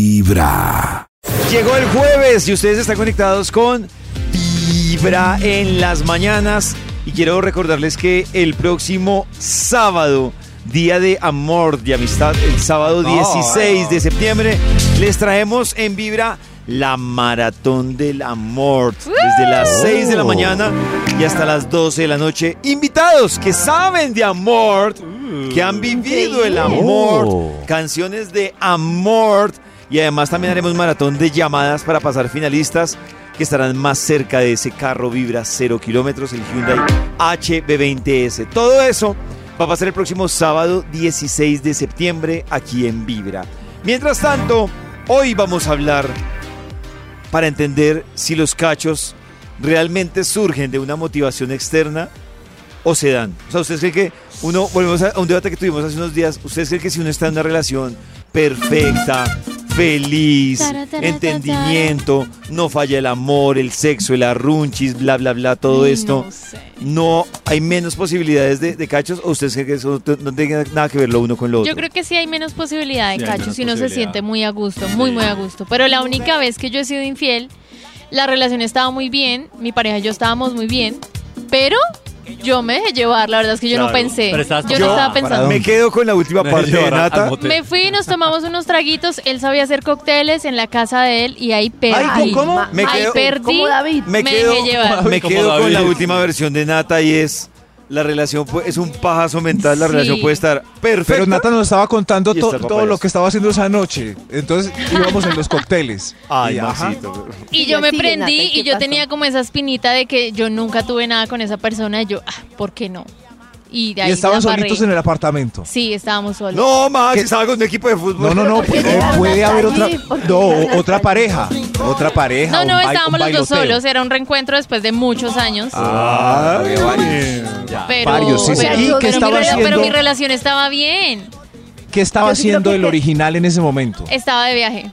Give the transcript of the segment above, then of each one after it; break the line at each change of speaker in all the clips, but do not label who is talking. Vibra.
Llegó el jueves y ustedes están conectados con Vibra en las mañanas. Y quiero recordarles que el próximo sábado, Día de Amor, de Amistad, el sábado 16 de septiembre, les traemos en Vibra la Maratón del Amor. Desde las 6 de la mañana y hasta las 12 de la noche. Invitados que saben de amor, que han vivido el amor, canciones de amor. Y además también haremos maratón de llamadas para pasar finalistas que estarán más cerca de ese carro Vibra 0 kilómetros, el Hyundai HB20S. Todo eso va a pasar el próximo sábado 16 de septiembre aquí en Vibra. Mientras tanto, hoy vamos a hablar para entender si los cachos realmente surgen de una motivación externa o se dan. O sea, ¿ustedes creen que uno, volvemos a un debate que tuvimos hace unos días, ¿ustedes creen que si uno está en una relación perfecta, feliz,
Tara, tara,
entendimiento, no falla el amor, el sexo, el arrunchis, bla, bla, bla, todo
Ay,
esto,
no sé.
no hay menos posibilidades de, de cachos o ustedes creen que eso no no tiene nada que ver lo uno con lo otro?
Yo creo que sí hay menos posibilidad de
Sí, hay
cacho
menos
si uno se
posibilidad.
siente muy a gusto, muy, muy a gusto. Pero la única vez que yo he sido infiel, la relación estaba muy bien, mi pareja y yo estábamos muy bien, pero yo me dejé llevar, la verdad es que yo no
Claro,
pensé.
pero estabas
Yo no
Yo-
estaba pensando.
Me quedo con la última parte de Nata.
Me fui, nos tomamos unos traguitos, él sabía hacer cócteles en la casa de él y ahí perdí.
Ay, ¿cómo? Me
ahí
quedo-
perdí.
como David.
Me
Me
quedo,
dejé llevar.
me
Uy, como
quedo con
David.
la última versión de Nata y es la relación pu- es un pajazo mental, la
Sí.
relación puede estar perfecta.
Pero Nata nos estaba contando
Y este
to-
está el
todo
papayazo.
lo que estaba haciendo esa noche. Entonces íbamos en los cócteles.
Ay,
Y, ajá.
Maxito.
Y
Y
yo
ya
me
sigue, Nata,
prendí
¿y qué
y yo
pasó?
tenía como esa espinita de que yo nunca tuve nada con esa persona. Y yo, ah, ¿por qué no? Y de ahí
Y estaban
la embarré.
solitos en el apartamento.
Sí, estábamos solos.
No, Max,
¿Qué?
estaba con un equipo de fútbol.
No, no, no.
¿Por qué
eh,
llegaron
puede
hasta
haber
allí?
otra.
¿Por qué
No,
llegaron
otra
hasta
pareja. Otra pareja.
No,
un
no,
bai- un
estábamos los dos
bailoteo.
solos. Era un reencuentro después de muchos años.
Ah, había varios.
pero,
varios, sí, sí.
pero-
¿Y qué
pero mi
estaba
rela-
haciendo?
pero mi relación estaba bien.
¿Qué estaba
Yo sí creo
haciendo
que
el
te-
original en ese momento?
Estaba de viaje.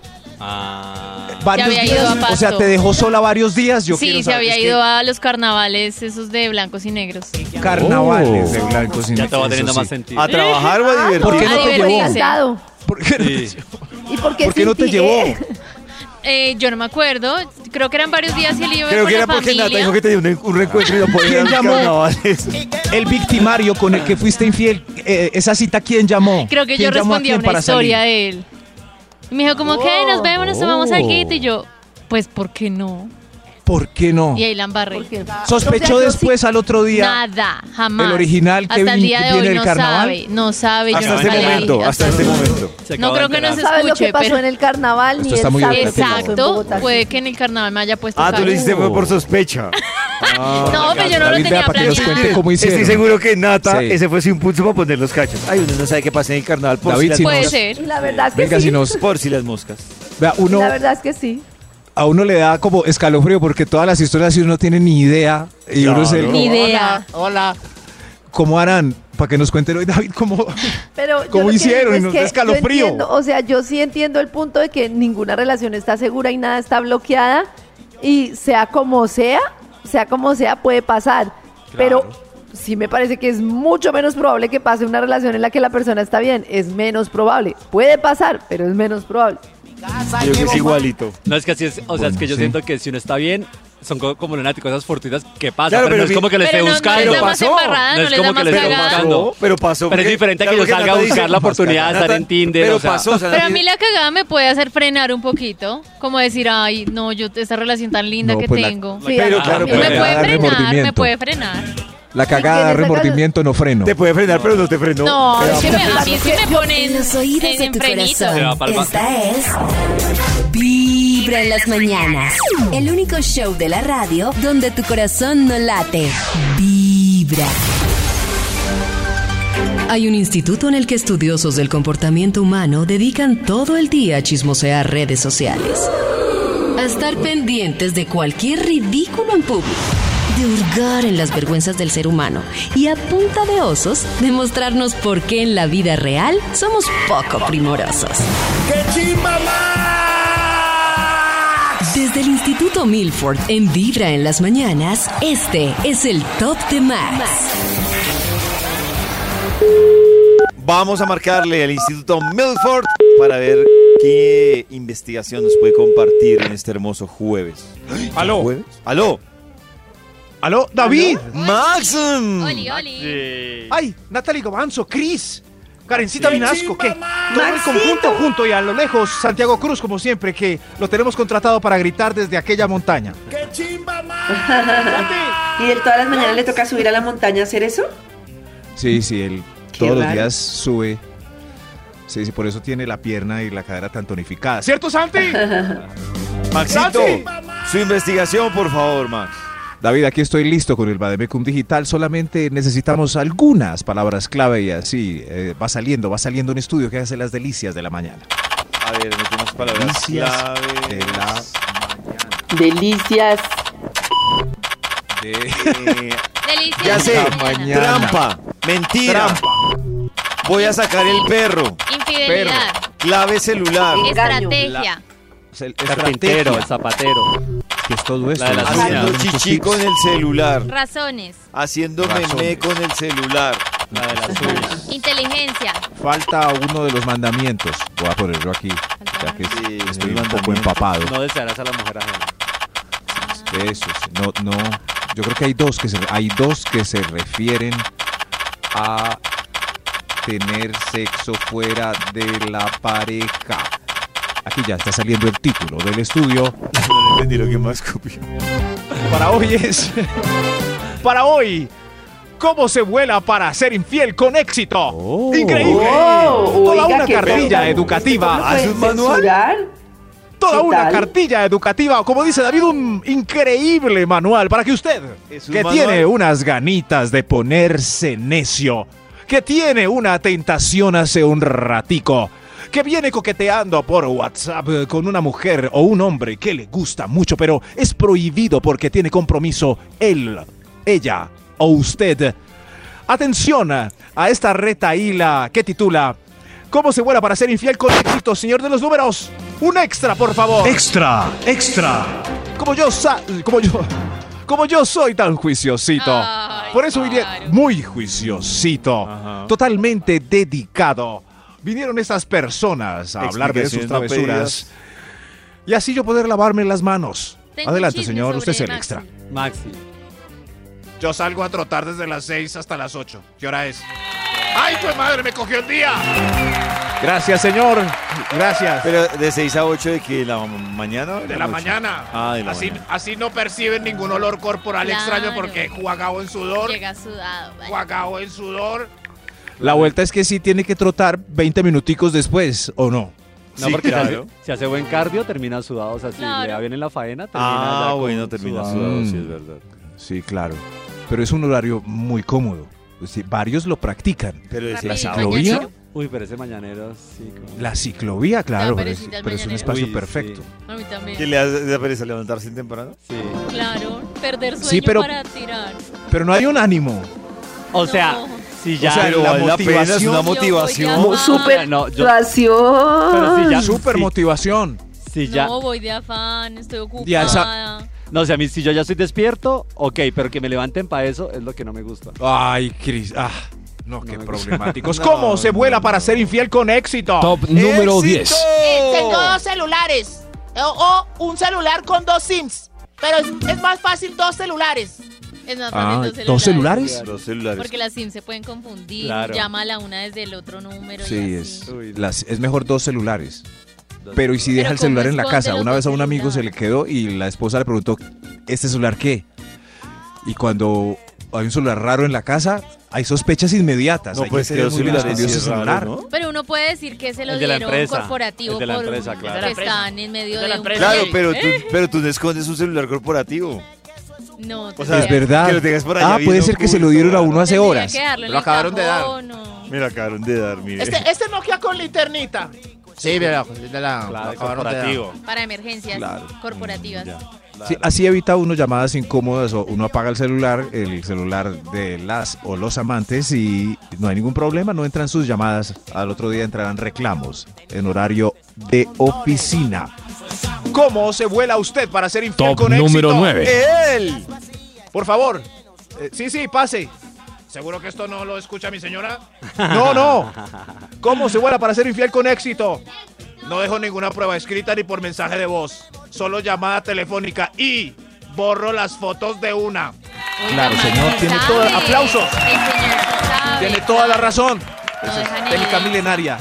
Ah.
Varios
había ido a
días. O sea,
Pasto.
te dejó sola varios días. Yo
sí,
quiero
se
saber,
había
es que
ido a los carnavales, esos de blancos y negros.
Carnavales de blancos y
Ya te va
negros,
teniendo
eso
más
sí. Ah,
sentido.
Oh. A trabajar o a
¿Por qué
divertirse.
no te
Ay,
llevó?
Berenice.
Encantado.
¿Por qué no te
Sí.
llevó?
¿Y por qué,
¿Por qué no te
sin ti?
llevó?
Eh, yo no me acuerdo. Creo que eran varios días y él iba
Creo
con
que
la
era porque
familia.
Nata dijo que tenía un, un reencuentro y no podía ir a
¿Quién
los
llamó?
carnavales.
El victimario con el que fuiste infiel, eh, esa cita, ¿quién llamó?
Creo que yo
¿Quién llamó
respondí a
quién
una
para
historia
salir?
de él. Y me dijo como, que Nos vemos, nos tomamos
Oh.
algo. Y yo, pues, ¿por qué no?
¿Por qué no?
Y ahí la embarré.
¿Por qué?
Sospechó
O sea, yo
Oh. después al otro día.
Nada, jamás.
El original que
Hasta el
vi-
día
que
de
viene
hoy
del
no
carnaval.
sabe, no sabe. yo
Hasta
nunca
este
le dije,
momento, hasta este momento.
No creo que no
sí
se
¿Sabes lo que
escuche,
pasó
pero...
en el carnaval? Ni
Esto
él
está muy
sabe lo que pasó en
Exacto,
Bogotá.
puede que en el carnaval me haya puesto
Ah, tú
cacho.
lo hiciste fue por sospecha. Ah.
No, pero yo no lo
David, vea
tenía
para que nos
planeado.
cuente cómo hicieron.
Estoy seguro que Nata,
Sí.
ese fue su impulso para poner los cachos. Ay, uno no sabe qué pasa en el carnaval por,
David,
si,
si
las,
Puede
nos-
ser.
Y la verdad es que
Venga,
sí.
si nos.
por si las moscas.
Vea, uno,
La verdad es que sí.
a uno le da como escalofrío porque todas las historias, si uno no tiene ni idea, y uno se.
Ni idea.
¿Cómo harán? Para que nos cuenten hoy, David, cómo.
Pero yo
¿Cómo
lo que
hicieron?
digo
Y
es
nos
que
da
yo
escalofrío.
entiendo, o sea, yo sí entiendo el punto de que ninguna relación está segura y nada está bloqueada. Y sea como sea, sea como sea, puede pasar. Pero sí me parece que es mucho menos probable que pase una relación en la que la persona está bien. Es menos probable. Puede pasar, pero es menos probable.
Yo creo que es igualito.
No es que así es, o sea, es que yo
sí.
siento que si uno está bien, son co- como lunáticos, cosas fortuitas que pasan,
Claro,
pero,
pero
no es como que le esté
Pero no- no
buscando.
les da más
pasó.
embarrada,
No
no
es
les da
como
más
que les esté
cagada.
buscando.
Pasó, pero pasó.
Pero es
porque-
diferente a que
claro
yo salga
Nata
a
dice-
buscar la oportunidad de estar
Nata-
en Tinder,
Pero
o sea.
pasó, o sea,
Pero a
Nati-
mí la cagada me puede hacer frenar un poquito. Como decir, ay, no, yo esa relación tan linda
No,
que
pues la-
tengo.
Sí,
Pero
ah,
claro,
me puede
pero- Ah,
frenar, me
remordimiento.
puede frenar.
La cagada,
¿Quién es
remordimiento, no freno.
Te puede frenar, pero no te frenó.
No, es que me- a mí sí
Yo-
me ponen
En los oídos
en-
de
en
tu
frenito.
Se va
corazón,
pa'l
esta es Vibra en las mañanas. El único show de la radio donde tu corazón no late. Vibra.
Hay un instituto en el que estudiosos del comportamiento humano dedican todo el día a chismosear redes sociales. A estar pendientes de cualquier ridículo en público. De hurgar en las vergüenzas del ser humano. Y a punta de osos, demostrarnos por qué en la vida real somos poco primorosos. Desde el Instituto Milford, en Vibra en las mañanas, este es el Top de Max.
Vamos a marcarle al Instituto Milford para ver ¿Qué investigación nos puede compartir en este hermoso jueves?
Aló.
¿Jueves? ¡Aló!
Aló, David.
¡Maxim!
Oli, oli.
Ay, Natalie Gobanzo, Cris. Karencita Vinasco, que todo el conjunto junto y a lo lejos, Santiago Cruz, como siempre, que lo tenemos contratado para gritar desde aquella montaña.
¿Y él todas las mañanas le toca subir a la montaña a hacer eso?
Sí, sí, él
Qué
todos los
raro.
días sube. Sí, sí, por eso tiene la pierna y la cadera tan tonificadas.
¿Cierto, Santi?
Maxito,
Maxi.
su investigación, por favor, Max.
David, aquí estoy listo con el Bademecum Digital. Solamente necesitamos algunas palabras clave y así eh, va saliendo, va saliendo un estudio que hace las delicias de la mañana.
A ver, metemos palabras
Delicias
clave.
de la-
Delicias.
Eh,
Delicioso.
ya sé,
La mañana.
trampa, mentira,
Trampa.
voy a sacar el perro,
Infidelidad.
clave celular,
Engaño.
Estrategia.
O sea, el
Carpintero,
estrategia,
zapatero.
que es todo esto.
La de la
¿no?
sociedad.
haciendo
Haciendo
chichi con el celular,
Razones.
haciendo meme
Razones.
con el celular.
La de las suyas.
Inteligencia.
Falta uno de los mandamientos. Voy a ponerlo aquí, ya que
Sí,
estoy
el
un poco
mandamiento.
empapado.
No desearás a la mujer ajena.
Eso, sí, no, no. Yo creo que hay dos que se, hay dos que se refieren a tener sexo fuera de la pareja. Aquí ya está saliendo el título del estudio.
No entendí lo que más copió.
Para hoy es. Para hoy, ¿cómo se vuela para ser infiel con éxito? Increíble.
Oh,
toda
oiga,
una
qué
cartilla
pena.
educativa.
¿Hace
¿Pueden
un manual?
censurar?
Toda
¿Qué
una
tal?
cartilla educativa. o Como dice David, un increíble manual para que usted,
¿Es un
que
manual?
tiene unas ganitas de ponerse necio, que tiene una tentación hace un ratico, que viene coqueteando por WhatsApp eh, con una mujer o un hombre que le gusta mucho, pero es prohibido porque tiene compromiso él, ella o usted. Atención a esta retaíla que titula ¿Cómo se vuela para ser infiel con éxito, señor de los números? Un extra, por favor.
Extra, extra.
Como yo sa- como yo como yo soy tan juiciosito.
Ay,
Por eso vine
claro.
muy juiciosito, totalmente dedicado. Vinieron estas personas a hablarme de sus
Explicaciones no
travesuras y así yo poder lavarme las manos.
Tengo un
Adelante,
chisme
señor,
sobre
usted es el
Maxi.
extra.
Maxi.
Yo salgo a trotar desde las 6 hasta las 8. ¿Qué hora es? ¡Ay, pues madre, me cogió el día! Gracias, señor. Gracias.
Pero de 6 a 8 de que la mañana. o
De la
noche?
mañana.
Ah, de la
así,
mañana.
así no perciben ningún olor corporal
Claro.
extraño
Eh,
porque juagao en sudor,
Llega sudado. vale.
juagao en sudor.
La vuelta es que sí tiene que trotar 20 minuticos después, ¿o no?
No,
Sí,
porque si
claro.
hace, si hace buen cardio, termina sudado. O sea, si
Claro.
le va bien en la faena, termina ya
Ah,
con
bueno, termina
sudado.
sudado,
Mm.
sí, es verdad.
Sí, claro. Pero es un horario muy cómodo. Sí, varios lo practican.
Pero de
Rápido,
La
seis a
cañachero.
ocho.
ciclovía,
Uy, pero ese mañanero sí. como-
la ciclovía, claro, pero, es,
perecita al
pero es un
mañanero.
espacio
Uy, sí.
perfecto.
A mí
¿Qué
también.
le hace le parece levantarse temprano?
Sí.
Claro. Perder sueño
Sí, pero-
para tirar.
Pero no hay un ánimo.
O sea,
No.
si ya.
O sea,
Pero
la
vale la pena, es
motivación.
una
Yo
motivación.
voy a-
Súper.
Ah, no, yo- pero
Situación.
si ya.
Super
si-
motivación.
si ya. Ah,
No, voy de afán, estoy ocupada.
Ya
No, sé, a mí si yo ya estoy despierto, ok, pero que me levanten para eso es lo que no me gusta.
Ay, Cris. Ah, no, qué problemáticos.
¿Cómo se vuela para ser infiel con éxito?
Top número 10.
Eh, Tengo dos celulares. O, o un celular con dos SIMs. Pero es, es más fácil dos celulares.
Es más
Ah,
fácil
¿dos celulares?
Los celulares.
Porque las SIM se pueden confundir.
Claro.
Llama a la una desde el otro número.
Sí,
y
es,
así.
Uy,
las- es mejor dos celulares. Pero y si deja
Pero
el celular
¿cómo
en la
esconde
casa.
los
Una
dos
vez a un amigo se le
celulares?
quedó y la esposa le preguntó, ¿este celular qué? Y cuando hay un celular raro en la casa, hay sospechas inmediatas.
No,
Hay
pues
que
que los
muy bien
celulares sí
escondido ese
es raro,
celular.
¿no?
Pero uno puede decir que se lo
El de la
dieron
empresa,
corporativo
el de la
por
empresa,
que
claro.
están en medio de,
El de la
un
empresa.
Claro,
Sí.
pero tú,
¿Eh?
pero tú no escondes un celular corporativo.
No,
O
tendría-
sea,
Es verdad.
Que lo tengas por allá
Ah,
bien
puede ser que se lo dieron a uno hace
tendría
horas.
que darlo en
Lo
el
acabaron de dar.
cajón, o-
Me la acabaron de dar, mire.
Este, este Nokia con linternita.
Sí,
Este,
mira, de la,
Claro,
lo acabaron de dar.
corporativo.
Para emergencias
Claro.
corporativas.
Sí, así evita uno llamadas incómodas o uno apaga el celular, el celular de las o los amantes y no hay ningún problema, no entran sus llamadas. Al otro día entrarán reclamos en horario de oficina.
¿Cómo se vuela usted para ser infiel
Top
con éxito?
número nueve.
¡Él! Por favor. Eh, sí, sí, pase. ¿Seguro que esto no lo escucha mi señora? No, no. ¿Cómo se vuela para ser infiel con éxito? No dejo ninguna prueba escrita ni por mensaje de voz. Solo llamada telefónica y borro las fotos de una.
Claro, señor, tiene
Sabe,
todo. ¡Aplausos!
el señor sabe.
Tiene toda la razón.
No
Esa
deja
es
ni-
técnica milenaria.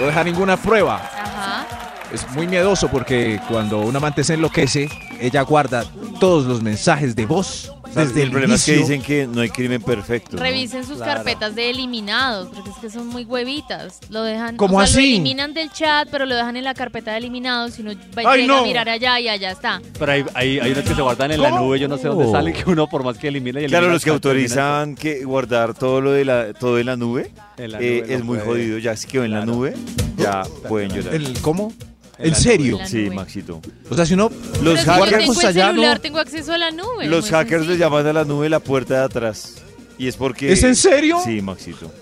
No deja ninguna prueba.
Ajá.
Es muy miedoso porque cuando un amante se enloquece, ella guarda todos los mensajes de voz desde el,
el problema es que
inicio.
dicen que no hay crimen perfecto. ¿no?
Revisen sus carpetas de eliminados, porque es que son muy huevitas. Lo dejan,
¿Cómo
o sea,
así?
lo eliminan del chat, pero lo dejan en la carpeta de eliminados y uno va-
¡Ay,
llega
no!
a mirar allá y allá está.
Pero hay, hay, hay unas que se guardan en la nube, yo no sé dónde
Oh.
salen, que uno por más que elimine y elimine
Claro, los que
hasta termina-
autorizan que guardar todo lo de la, todo en la nube,
En la
eh,
nube
es
no
muy
puede.
jodido. Ya si quedó en la nube, ya pueden llorar.
¿El cómo?
En
¿En
la
serio?
nube.
Sí, Maxito.
O sea, si uno
Los
pero si yo
hackers,
tengo el
allá,
celular,
no-
tengo acceso a la nube.
los
muy
hackers le
sencillo.
llaman a la nube la puerta de atrás. Y es porque.
¿Es en serio?
Sí, Maxito.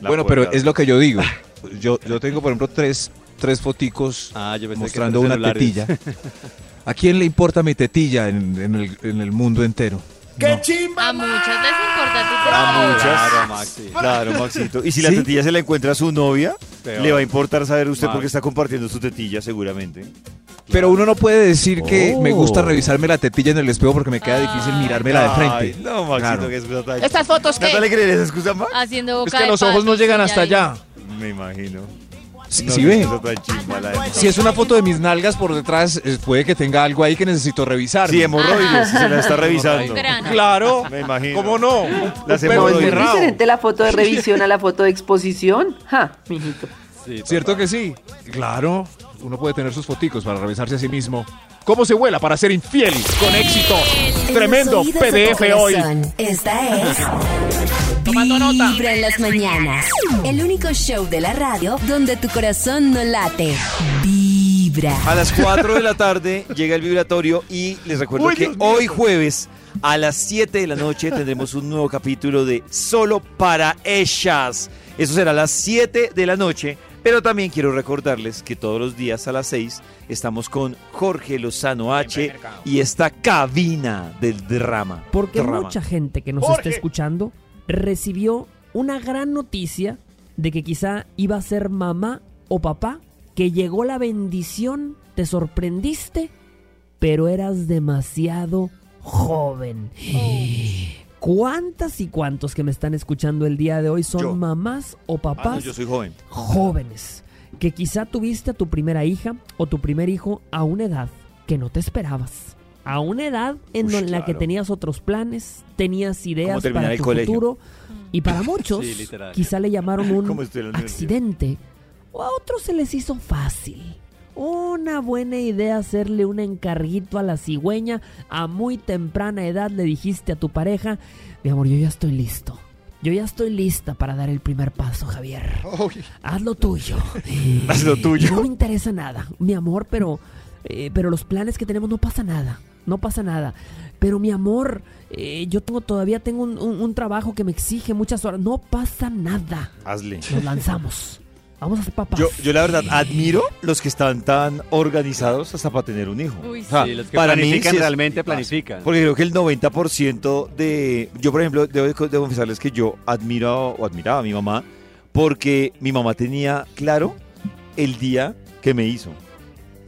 La
Bueno,
puerta
pero
de
es
atrás.
lo que yo digo. Yo, yo tengo, por ejemplo, tres, tres foticos
Ah, yo pensé que
mostrando
eran
una tetilla.
celulares.
¿A quién le importa mi tetilla en, en el, en el mundo entero? No.
A muchas les importa tu
A
trabajo.
muchas.
Claro, Maxi.
Claro, Maxito. Y si la
¿Sí?
tetilla se la encuentra a su novia,
Peor.
le va a importar saber usted
Max.
por qué está compartiendo su tetilla, seguramente.
Pero uno no puede decir que me gusta
Oh.
revisarme la tetilla en el espejo porque me queda difícil mirármela de
Ay,
frente.
no, Maxito,
Claro.
qué excusa tan.
Mm. ¿Estas fotos
¿Natalia
qué?
cree esa excusa más?
Haciendo boca
Es que
de
los ojos
pato,
no llegan
sí,
hasta
ya
allá.
Me imagino.
Si,
No,
si
qué
ve,
excusa tan chimba la de Maxito.
si es una foto de mis nalgas por detrás, eh, puede que tenga algo ahí que necesito revisar.
Sí, hemorroides, se la está revisando.
Un grano.
Claro.
Me imagino.
¿Cómo no?
Las
Un pelo
hemorroides.
Muy
enterrado.
diferente la foto de revisión a la foto de exposición. Ja, mijito.
Sí,
¿Cierto que sí? Claro. Uno puede tener sus foticos para revisarse a sí mismo. ¿Cómo se vuela para ser infiel con éxito?
En
Tremendo
los oídos de tu
PDF hoy.
corazón, Esta es. Vibra en las mañanas. El único show de la radio donde tu corazón no late. Vibra.
A las 4 de la tarde llega el vibratorio y les recuerdo
Uy,
que
Dios mío.
hoy jueves a las 7 de la noche tendremos un nuevo capítulo de Solo para ellas. Eso será a las 7 de la noche, pero también quiero recordarles que todos los días a las 6 estamos con Jorge Lozano H y esta cabina del drama.
Porque
Drama.
mucha gente que nos
Jorge.
está escuchando recibió una gran noticia de que quizá iba a ser mamá o papá, que llegó la bendición, te sorprendiste, pero eras demasiado joven.
Oh.
¿Cuántas y cuántos que me están escuchando el día de hoy son
Yo.
mamás o
Ah, no,
papás
yo soy joven.
jóvenes que quizá tuviste a tu primera hija o tu primer hijo a una edad que no te esperabas. A una edad en
Ush,
don- la que
claro.
tenías otros planes, tenías ideas
terminar
para
el
tu
colegio.
futuro y para muchos
Sí, literal.
quizá le llamaron
¿Cómo
un
estoy en la universidad?
accidente o a otros se les hizo fácil. Una buena idea hacerle un encarguito a la cigüeña. A muy temprana edad le dijiste a tu pareja, mi amor, yo ya estoy listo. Yo ya estoy lista para dar el primer paso, Javier. Haz lo tuyo. Eh,
Haz lo tuyo.
No me interesa nada, mi amor, pero, eh, pero los planes que tenemos no pasa nada. No pasa nada. Pero mi amor, eh, yo tengo todavía tengo un, un- un trabajo que me exige muchas horas. No pasa nada.
Hazle.
Nos lanzamos. Vamos a ser papás.
Yo, yo la verdad admiro los que están tan organizados hasta para tener un hijo.
Uy,
Sí, los que
para mí
planifican
sí es-
realmente planifican.
Porque creo que el 90% de... Yo, por ejemplo, debo, de- debo confesarles que yo admiro o admiraba a mi mamá porque mi mamá tenía claro el día que me hizo.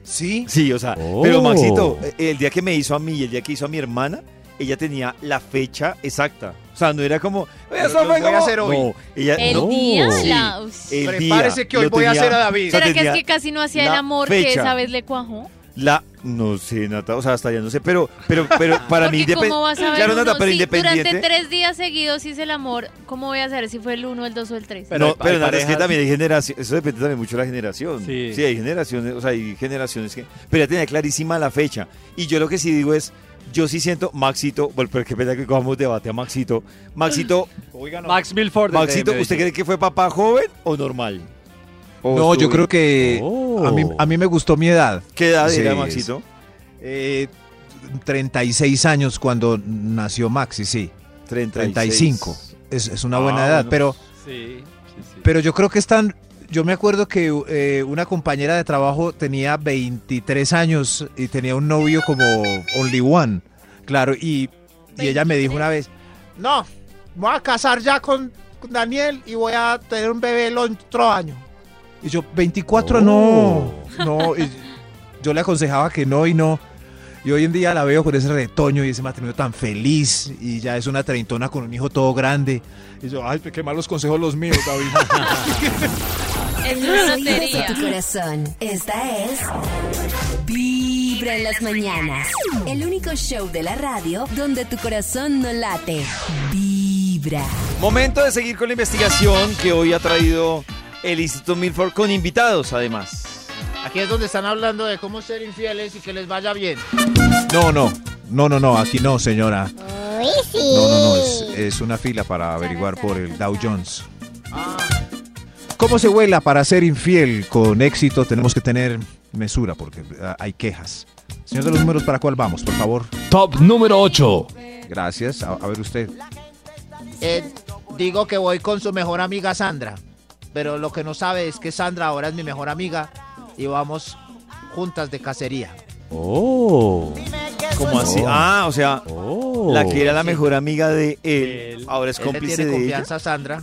Sí.
Sí, o sea,
Oh.
pero Maxito, eh, el día que me hizo a mí y el día que hizo a mi hermana, ella tenía la fecha exacta. O sea, no era como...
Pero
"Eso
lo
fue
voy a
como-".
hacer hoy.
No, ella-
El
no.
día,
Sí,
la-
el día.
Prepárese que hoy
Lo
voy a
tenía-
hacer a David.
o sea,
¿Será que es
tenía-
que casi no hacía el
la
amor que
fecha.
esa vez le cuajó?
La, no sé, Nata, o sea, hasta ya no sé, pero, pero, pero para mí
Porque
independ-
cómo vas a ver
Claro,
uno,
Nata, pero
si
independiente.
durante tres días seguidos hice el amor, ¿cómo voy a saber si fue el uno, el dos o el tres?
Pero
no,
hay-
pero
hay
Nata, es que
parejas-
también hay generación, eso depende también mucho de la generación. Sí.
Sí.
hay generaciones, o sea, hay generaciones que, pero ya tenía clarísima la fecha. Y yo lo que sí digo es, yo sí siento, Maxito, bueno, pero qué pena que cojamos debate a Maxito. Maxito,
Max Milford. desde
Maxito, ¿usted
Medellín.
cree que fue papá joven o normal?
No,
¿O
yo
estuvo-
creo que
Oh.
a, mí, a mí me gustó mi edad.
¿Qué edad
Sí,
era
es-
Maxito?
Eh, 36 años cuando nació Maxi, sí. 35. Es, es una buena
Ah,
edad,
bueno,
pero,
Sí, sí, sí.
pero yo creo que están... Yo me acuerdo que eh, una compañera de trabajo tenía 23 años y tenía un novio como Only One, claro, y, y ella me dijo una vez,
No, me voy a casar ya con con Daniel y voy a tener un bebé el otro año.
Y yo, 24 no, no. y yo le aconsejaba que no y no. Y hoy en día la veo con ese retoño y ese matrimonio tan feliz. Y ya es una treintona con un hijo todo grande. Y yo, ay, qué malos consejos los míos, David.
Oídos a tu corazón. Esta es Vibra en las mañanas. El único show de la radio donde tu corazón no late. Vibra.
Momento de seguir con la investigación que hoy ha traído el Instituto Milford con invitados, además.
Aquí es donde están hablando de cómo ser infieles y que les vaya bien.
No, no, no, no, no, aquí no, señora. No, no,
Oh.
no, es, es una fila para averiguar por el Dow Jones. ¿Cómo se vuela para ser infiel con éxito? Tenemos que tener mesura porque ah, hay quejas. Señor de los números, ¿para cuál vamos, por favor? Top número 8. Gracias. A, a ver usted.
Eh, digo que voy con su mejor amiga Sandra. Pero lo que no sabe es que Sandra ahora es mi mejor amiga y vamos juntas de cacería.
Oh. ¿Cómo así?
Oh.
Ah, o sea,
Oh.
la que era la mejor amiga de él,
Él-
ahora es
Él le
cómplice
tiene
de ella.
confianza a Sandra,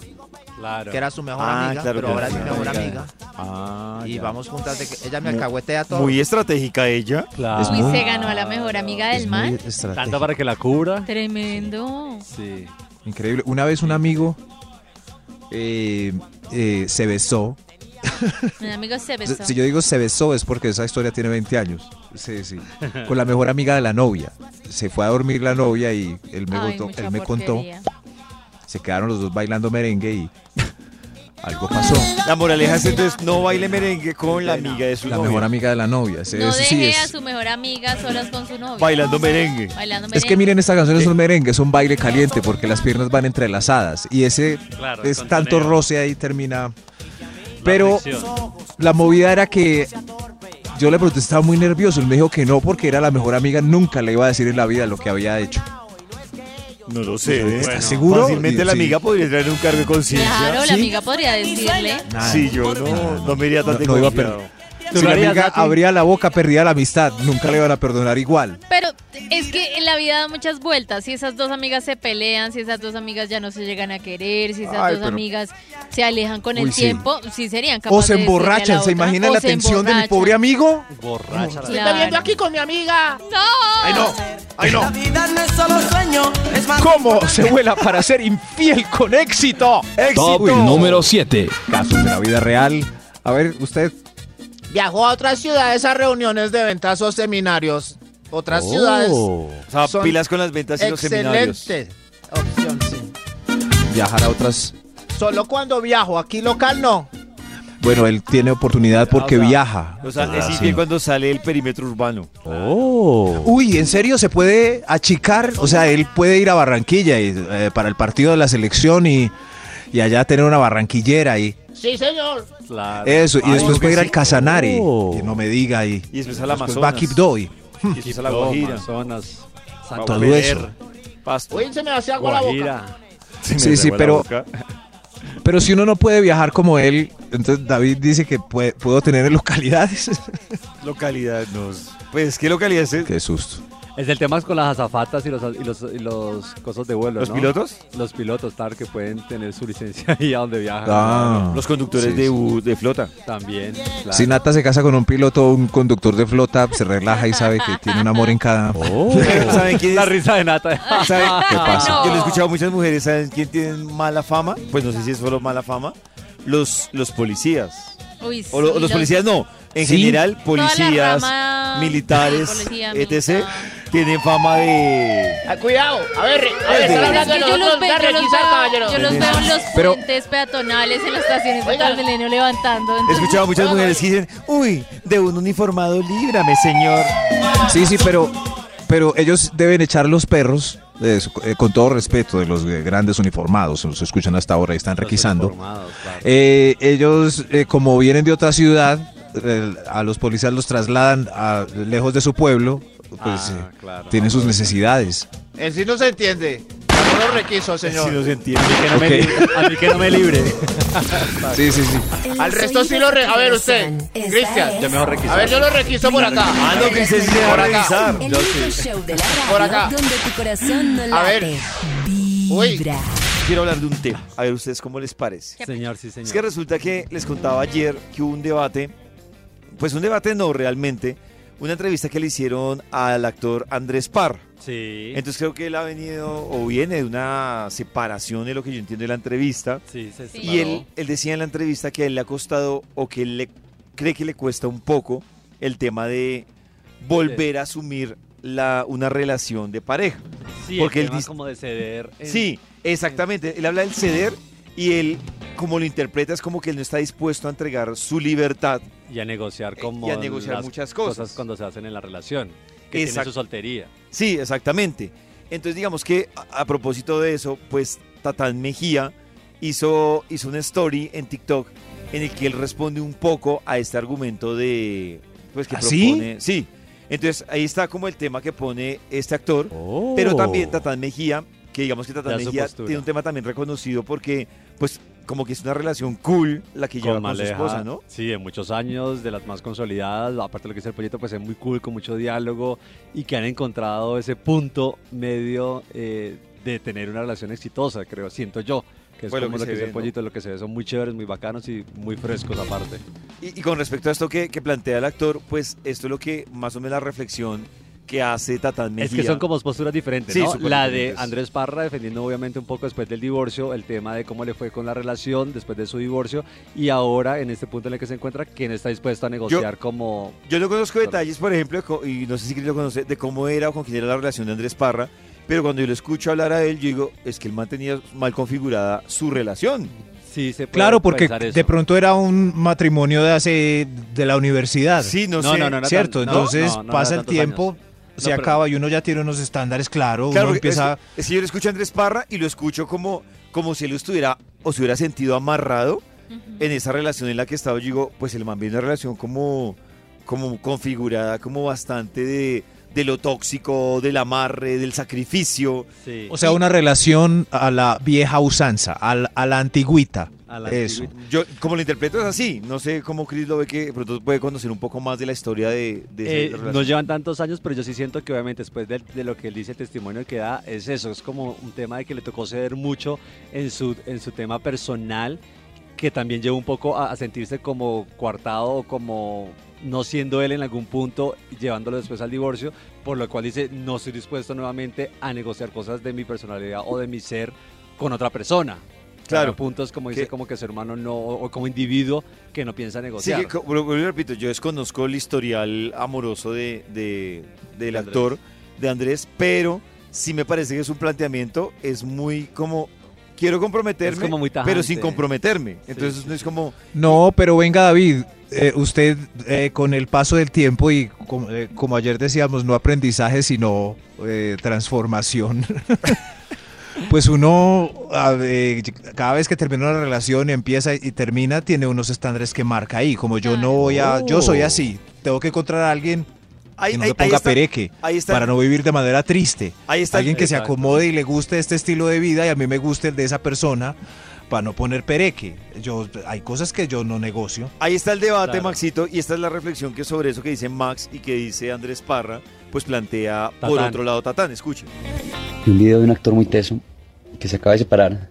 Claro.
que era su mejor
Ah,
amiga,
claro,
pero
que
ahora
era
es mi
su
mejor
mejor
amiga.
Ah,
y
ya.
vamos juntas de que ella me
Mu-
alcahuetea todo.
Muy estratégica ella.
Claro.
Uy, se ganó a la mejor amiga del man.
Tanto para que la cubra.
Tremendo.
Sí.
Increíble. Una vez un amigo eh, eh, se besó.
Mi amigo se besó.
Si yo digo se besó es porque esa historia tiene 20 años. Sí, sí. Con la mejor amiga de la novia. Se fue a dormir la novia y él me,
Ay,
contó-
mucha
él me contó.
porquería.
Se quedaron los dos bailando merengue y algo pasó.
La moraleja es entonces no baile merengue con la amiga de su
La
novio.
mejor amiga de la novia. Se-
No
eso
deje
sí
a
es.
su mejor amiga solas con su novio.
Bailando merengue.
Bailando merengue.
Es que miren, esta canción es un merengue, es un baile caliente porque las piernas van entrelazadas y ese
Claro,
es
el
tanto
contoneo.
roce ahí termina. Pero
fricción.
la movida era que yo le protestaba muy nervioso, él me dijo que no porque era la mejor amiga, nunca le iba a decir en la vida lo que había hecho.
No lo sé.
¿Estás
Bueno,
seguro?
Fácilmente la
Sí.
amiga podría traer un cargo de conciencia.
Claro, la
¿Sí?
amiga podría decirle.
Sí, yo no, no me iría tan
No, no iba a perder. Si la amiga abría la boca, perdía la amistad, nunca le iban a perdonar igual.
Pero es que en la vida da muchas vueltas. Si esas dos amigas se pelean, si esas dos amigas ya no se llegan a querer, si esas
Ay,
dos
pero-
amigas se alejan con
Uy,
el
sí.
tiempo, sí serían capaces
O se
de decirle a la
emborrachan, ¿se
otra,
imaginan
o
la
se
tensión de mi
emborrachan.
pobre amigo?
Borracha.
Estoy bebiendo aquí con mi amiga.
¡No!
no! ¡Ay, no!
es
¿Cómo se vuela para ser infiel con éxito?
Top número 7.
Casos de la vida real. A ver, usted.
Viajó a otras ciudades a reuniones de ventas o seminarios. Otras
Oh.
ciudades.
O sea,
son
pilas con las ventas y los seminarios.
Excelente opción, sí.
Viajar a otras.
Solo cuando viajo, aquí local no.
Bueno, él tiene oportunidad porque
O sea,
viaja.
O sea,
Ah,
es
sí. Oh.
infiel cuando sale del perímetro urbano.
Uy, ¿en serio se puede achicar? O sea, él puede ir a Barranquilla y, eh, para el partido de la selección y, y allá tener una barranquillera y
Sí, señor.
eso. Y
Ah,
después
¿por qué
puede ir
sí?
al Casanare.
Oh.
Y no me diga. Y,
Y después
después
al
va a
Amazonas.
Quibdó y-
Y después a la
Quito,
Guajira.
Amazonas, Hmm. Santo
Todo
Ver,
eso.
Pasto.
Uy, se me hace agua la boca.
Guajira.
Sí, sí, pero, pero si uno no puede viajar como él, entonces David dice que puede- puedo tener localidades.
Localidad, no. Pues, ¿qué localidad es?
Qué susto.
Es el tema es con las azafatas y los, y los, y los cosas de vuelo.
¿Los
¿no?
pilotos?
Los pilotos, claro, que pueden tener su licencia ahí a donde viajan.
Ah.
Los conductores
Sí,
de,
sí.
u- de flota.
También. claro.
Si Nata se casa con un piloto, un conductor de flota, se relaja y sabe que tiene un amor en cada.
Oh.
¿Saben quién es?
La risa de Nata.
¿Saben?
¿Qué pasa?
Yo lo he escuchado a muchas mujeres. ¿Saben quién tienen mala fama? Pues no sé si es solo mala fama. Los, los policías.
Uy, sí,
O lo- los policías no. En
Sí.
general,
Toda la
policías,
rama
militares,
de policía,
etc. Tienen fama de...
Ah, cuidado. A ver, a ver, están
Pero es
hablando
que
de
yo los veo,
nosotros. Voy a
yo los
requisar,
veo,
caballero.
yo los veo en los
Pero-
puentes peatonales en las estaciones de
Oiga.
Transmilenio levantando.
He
entonces-
escuchado a muchas mujeres que dicen, uy, de un uniformado, líbrame, señor.
Sí, sí, pero, pero ellos deben echar los perros, eh, su- eh, con todo respeto de los eh, grandes uniformados, los escuchan hasta ahora y están requisando.
Uniformados, claro.
Eh, ellos, eh, como vienen de otra ciudad, eh, a los policías los trasladan a- lejos de su pueblo, pues
Ah,
eh,
claro.
tienen sus necesidades.
En sí no se entiende. No lo requiso,
Si
señor.
no se entiende.
Que no me
Ok.
libre- a mí que no me libre.
Sí, sí, sí.
Al resto sí lo re... A ver, usted.
Esta
Cristian.
es
Yo mejor
A
requisar.
ver, yo lo requiso por acá.
Ah, no, que se se va a
Por acá.
revisar.
El
Yo
único
sí.
show de la
Por
radio
acá.
donde tu corazón no
A ver.
late.
Uy.
Vibra.
quiero hablar de un tema. A ver, ¿ustedes cómo les parece?
Señor, sí, señor.
Es que resulta que les contaba ayer que hubo un debate, pues un debate no realmente, una entrevista que le hicieron al actor Andrés Parr.
Sí.
Entonces creo que él ha venido o viene de una separación de lo que yo entiendo de la entrevista.
Sí, se Sí.
Y
separó.
él, él decía en la entrevista que a él le ha costado o que él le cree que le cuesta un poco el tema de volver a asumir la, una relación de pareja.
Sí,
porque
el
él
tema
dice-
como de ceder. en-
Sí, exactamente. Él habla del ceder y él, como lo interpreta, es como que él no está dispuesto a entregar su libertad.
Y a negociar como
Eh, Y a negociar
las
muchas cosas.
cuando se hacen en la relación. Que tiene
Exact-
su soltería.
Sí, exactamente. Entonces, digamos que a, a propósito de eso, pues Tatán Mejía hizo, hizo una story en TikTok en el que él responde un poco a este argumento de. Pues que
¿Ah, sí?
propone. Sí. Entonces, ahí está como el tema que pone este actor. Pero también Tatán Mejía, que digamos que Tatán
Da su
Mejía
postura.
tiene un tema también reconocido porque, pues, como que es una relación cool la que lleva con su
Maleja,
esposa, ¿no?
Sí, de muchos años, de las más consolidadas. Aparte de lo que es el proyecto, pues es muy cool, con mucho diálogo y que han encontrado ese punto medio eh, de tener una relación exitosa, creo, siento yo. Que es
Fue Pues lo
como
que
lo
se
que es
ve,
el
¿no?
pollito, lo que se ve. Son muy chéveres, muy bacanos y muy frescos aparte.
Y, y con respecto a esto que, que plantea el actor, pues esto es lo que más o menos la reflexión que hace Tatán Mejía.
Es que son como posturas diferentes,
Sí,
¿no?
súper
La
diferentes.
de Andrés Parra defendiendo obviamente un poco después del divorcio, el tema de cómo le fue con la relación después de su divorcio y ahora en este punto en el que se encuentra, quién está dispuesto a negociar como...
Yo no conozco detalles, por ejemplo, co- y no sé si Cris lo conoce, de cómo era o con quién era la relación de Andrés Parra, pero cuando yo lo escucho hablar a él, yo digo, es que él mantenía mal configurada su relación.
Sí, se
Claro, porque de pronto era un matrimonio de hace de la universidad.
Sí, no
No, sé. no, no, no,
Cierto,
no,
entonces
no, no, no,
pasa el
tantos
tiempo,
años.
se
No, pero-
acaba y uno ya tiene unos estándares, claro,
Claro,
uno
porque
empieza...
es, que- es que yo lo escucho a Andrés Parra y lo escucho como, como si él estuviera o se hubiera sentido amarrado en esa relación en la que estaba. Yo digo, pues el man viene una relación como, como configurada, como bastante de, de lo tóxico, del amarre, del sacrificio.
O sea, una relación a la vieja usanza, al- a la antigüita. Eso.
Yo, como lo interpreto, es así. No sé cómo Chris lo ve, que de pronto puede conocer un poco más de la historia de, de esa
Eh,
relación.
no llevan tantos años, pero yo sí siento que obviamente después de, de lo que él dice, el testimonio que da, es eso, es como un tema de que le tocó ceder mucho en su, en su tema personal, que también lleva un poco a, a sentirse como coartado, como no siendo él en algún punto, llevándolo después al divorcio, por lo cual dice, no estoy dispuesto nuevamente a negociar cosas de mi personalidad o de mi ser con otra persona.
Claro.
Claro, puntos como dice,
Que-
como que su hermano no, o o como individuo que no piensa
Sí,
negociar.
que, co- vuelvo- vuelvo y repito, yo desconozco el historial amoroso de, de- del
De Andrés.
actor, de Andrés, pero sí me parece que su planteamiento es muy como, quiero comprometerme,
Es como muy
pero sin
tajante.
comprometerme. Entonces no es como,
No, pero venga David, eh, usted eh, con el paso del tiempo y como, eh, como ayer decíamos, no aprendizaje, sino eh, transformación. pues uno a ver, cada vez que termina una relación y empieza y termina, tiene unos estándares que marca ahí, como yo no voy a, yo soy así, tengo que encontrar a alguien
Ahí-
que no
Ah. ahí-
me
ahí
ponga
está-
pereque,
ahí está-
para no vivir de manera triste.
Ahí está-
alguien que se
Exacto.
acomode y le guste este estilo de vida y a mí me guste el de esa persona para no poner pereque. Yo, hay cosas que yo no negocio.
ahí está el debate,
Claro.
Maxito, y esta es la reflexión que sobre eso que dice Max y que dice Andrés Parra, pues plantea por
Tatán.
otro lado Tatán, escuchen.
Vi un video de un actor muy teso que se acaba de separar.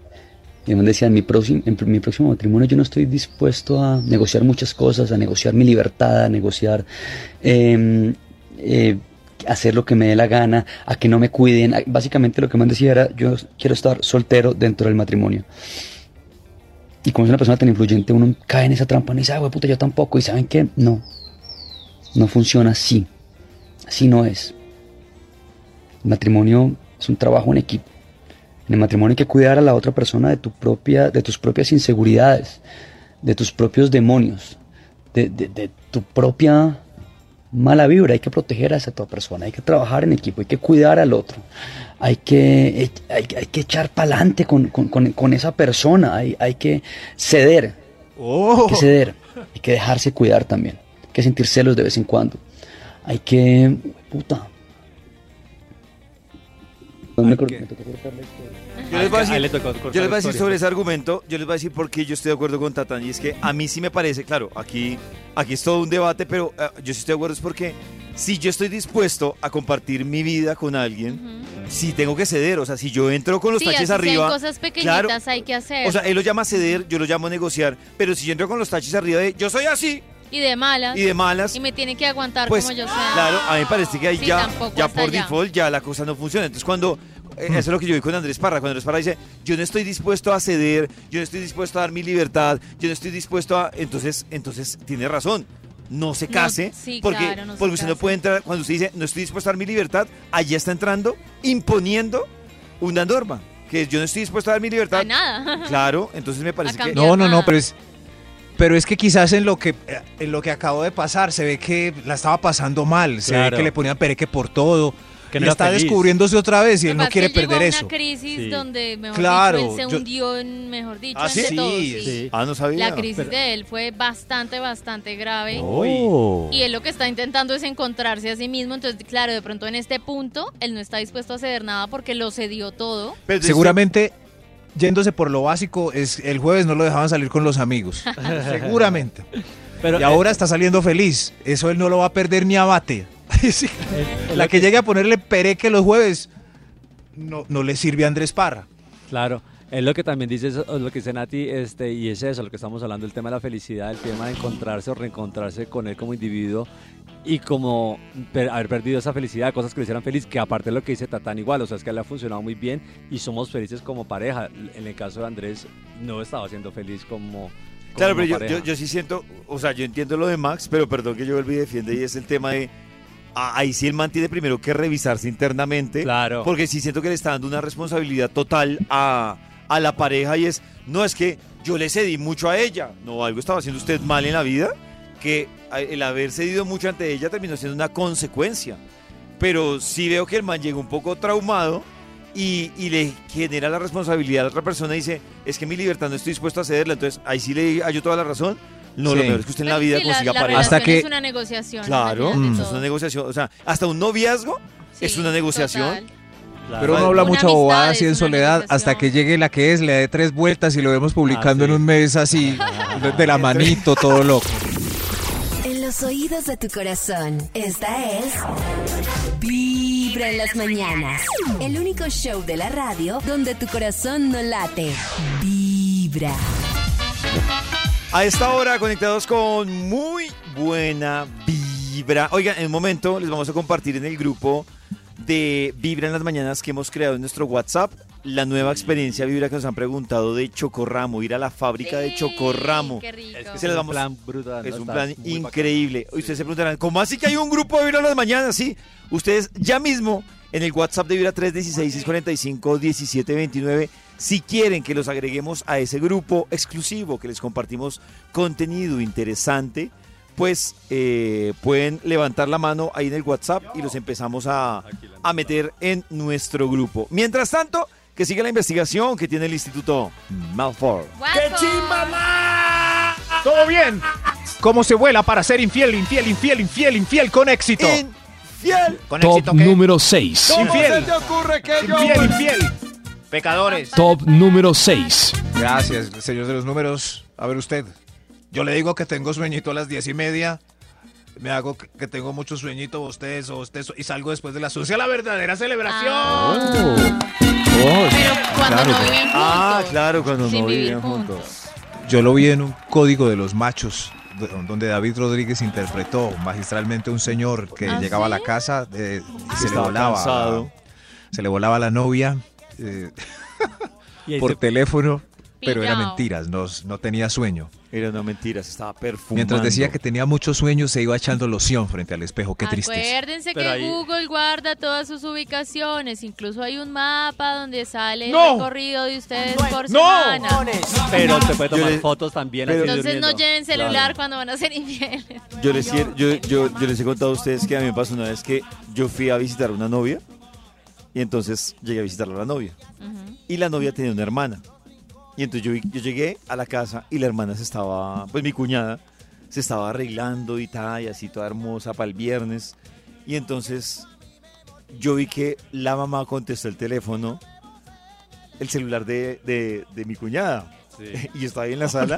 Y me decía, en mi, próximo, en mi próximo matrimonio yo no estoy dispuesto a negociar muchas cosas, a negociar mi libertad, a negociar eh, eh, hacer lo que me dé la gana, a que no me cuiden. A- Básicamente lo que me decía era, yo quiero estar soltero dentro del matrimonio. Y como es una persona tan influyente, uno cae en esa trampa, no dice, ah, puta, yo tampoco. ¿Y saben qué? No, no funciona así. Así no es. El matrimonio es un trabajo en equipo. En el matrimonio hay que cuidar a la otra persona de, tu propia, de tus propias inseguridades, de tus propios demonios, de, de- de tu propia mala vibra. Hay que proteger a esa otra persona, hay que trabajar en equipo, hay que cuidar al otro, hay que, hay, hay que echar para adelante con, con- con- con esa persona, hay, hay que ceder, hay que ceder, hay que dejarse cuidar también, hay que sentir celos de vez en cuando, hay que... Puta. Me cor- me tocó cortarle esto.
Yo les voy a
Ah,
decir,
ahí le tocó cortar
yo les voy a
la
decir
historia.
sobre ese argumento, yo les voy a decir por qué yo estoy de acuerdo con Tatán. Y es que a mí sí me parece, claro, aquí, aquí es todo un debate, pero eh, yo sí estoy de acuerdo es porque si yo estoy dispuesto a compartir mi vida con alguien, si tengo que ceder, o sea, si yo entro con los
sí, así
taches
sean
arriba.
cosas pequeñitas
claro,
hay que hacer.
o sea, él lo llama ceder, yo lo llamo negociar, pero si yo entro con los taches arriba de yo soy así,
y de malas.
y de malas,
Y me tiene que aguantar
pues
como yo sea.
claro, a mí me parece que ahí
Sí,
ya,
tampoco
ya
hasta
por
allá.
default ya la cosa no funciona. Entonces cuando, eh, eso es lo que yo vi con Andrés Parra, cuando Andrés Parra dice, yo no estoy dispuesto a ceder, yo no estoy dispuesto a dar mi libertad, yo no estoy dispuesto a... Entonces, entonces tiene razón. No se
No,
case,
sí,
porque,
claro, no se
porque usted no
case.
puede entrar, cuando usted dice, no estoy dispuesto a dar mi libertad, allá está entrando imponiendo una norma, que es, yo no estoy dispuesto a dar mi libertad.
A nada.
Claro, entonces me parece que...
No, no, no, pero es, pero es que quizás en lo que, eh, en lo que acabó de pasar se ve que la estaba pasando mal, se ve
Claro.
que le ponían pereque por todo.
Que
Que
no era
está
feliz.
descubriéndose otra vez y él
Lo
no
que pasa
quiere
es que él
perder
llegó a
eso.
una crisis
Sí.
donde, mejor
Claro,
dicho, él se
yo-
hundió, en, mejor dicho,
¿Ah, sí?
ante todo.
Sí,
sí.
sí. Ah, no sabía.
La crisis
Pero-
de él fue bastante, bastante grave.
Uy.
Y él lo que está intentando es encontrarse a sí mismo. Entonces, claro, de pronto en este punto, él no está dispuesto a ceder nada porque lo cedió todo.
Pues, este-
Seguramente, yéndose por lo básico, es el jueves no lo dejaban salir con los amigos. Seguramente. y ahora está saliendo feliz. Eso él no lo va a perder ni abate. la que llegue a ponerle pereque los jueves no, no le sirve a Andrés Parra.
Claro, es lo que también dice, eso- lo que dice Nati, este, y es eso, lo que estamos hablando, el tema de la felicidad, el tema de encontrarse o reencontrarse con él como individuo y como per- haber perdido esa felicidad, cosas que lo hicieran feliz, que aparte de lo que dice Tatán igual, o sea, es que le ha funcionado muy bien y somos felices como pareja. En el caso de Andrés, no estaba siendo feliz como... como
Claro, pero yo,
pareja.
yo- yo sí siento, o sea, yo entiendo lo de Max, pero perdón que yo vuelvo y defiende, y es el tema de. ah, Ahí sí el man tiene primero que revisarse internamente.
Claro.
Porque sí siento que le está dando una responsabilidad total a, a la pareja y es, no es que yo le cedí mucho a ella. No, algo estaba haciendo usted mal en la vida, que a- el haber cedido mucho ante ella terminó siendo una consecuencia. Pero sí veo que el man llega un poco traumado y, y le genera la responsabilidad a la otra persona y dice, es que mi libertad no estoy dispuesto a cederla. Entonces, ahí sí le hallo toda la razón. No, lo
Sí.
peor es que usted en la vida
Sí,
consiga pareja.
relación es una negociación.
Claro,
imagínate
Mm. eso es
todo.
una negociación. O sea, hasta un noviazgo es una negociación. Ah,
Pero uno habla mucha bobada
es
así en soledad hasta que llegue la que es, le dé tres vueltas y lo vemos
Ah,
publicando en un mes así, de- de la manito, todo loco.
En los oídos de tu corazón, esta es Vibra en las mañanas. El único show de la radio donde tu corazón no late. Vibra.
A esta hora conectados con muy buena vibra. Oigan, en un momento les vamos a compartir en el grupo de Vibra en las mañanas que hemos creado en nuestro WhatsApp la nueva experiencia Vibra que nos han preguntado de Chocorramo, ir a la fábrica de Chocorramo.
Es que
Se
es
les
un
vamos-
plan brutal,
Es
¿no?
un
Está
plan
muy bacán.
increíble. Y Ustedes se preguntarán, ¿cómo así que hay un grupo de Vibra en las mañanas? Sí, ustedes ya mismo en el WhatsApp de Vibra 316-645-1729, si quieren que los agreguemos a ese grupo exclusivo, que les compartimos contenido interesante, pues eh, pueden levantar la mano ahí en el WhatsApp y los empezamos a, a meter en nuestro grupo. Mientras tanto, que siga la investigación que tiene el Instituto Malford.
¡Qué chimba!
¿Todo bien? ¿Cómo se vuela para ser infiel, infiel, infiel, infiel, infiel con éxito?
Fiel.
Top número 6.
¿Cómo se te
ocurre que
yo- Infiel, infiel.
Pecadores.
Top número 6.
Gracias, señor de los números. A ver usted, yo le digo que tengo sueñito a las diez y media. Me hago que- que tengo mucho sueñito, usted eso, usted eso, y salgo después de la sucia la verdadera celebración.
Ah. Oh,
cuando
Claro.
no viven juntos.
Ah, claro, cuando
Sin
no
vivir
vivían juntos.
Yo lo vi en un código de los machos, do- donde David Rodríguez interpretó magistralmente un señor que
¿Ah,
llegaba a la
sí?
casa eh, y se le
Estaba
volaba.
cansado.
Se le volaba la novia eh, por teléfono, pero eran
Pillao.
mentiras, no, no tenía sueño.
Era no mentiras, estaba perfumando.
Mientras decía que tenía mucho sueño, se iba echando loción frente al espejo. Qué triste.
Acuérdense
Pero
que
ahí-
Google guarda todas sus ubicaciones. Incluso hay un mapa donde sale
¡No!
el recorrido de ustedes por
¡No!
semana.
Pero te puede tomar
Yo le-
fotos también.
Pero-
así
Entonces no
durmiendo.
lleven celular
Claro.
cuando van a ser infieles.
Yo les, quiero- yo, yo- yo les he contado a ustedes que a mí me pasó una vez que yo fui a visitar a una novia y entonces llegué a visitarla a la novia. Y la novia tenía una hermana. Y entonces yo, vi- yo llegué a la casa y la hermana se estaba, pues mi cuñada, se estaba arreglando y tal, y así toda hermosa para el viernes. Y entonces yo vi que la mamá contestó el teléfono, el celular de, de- de mi cuñada.
Sí.
Y yo estaba ahí en la sala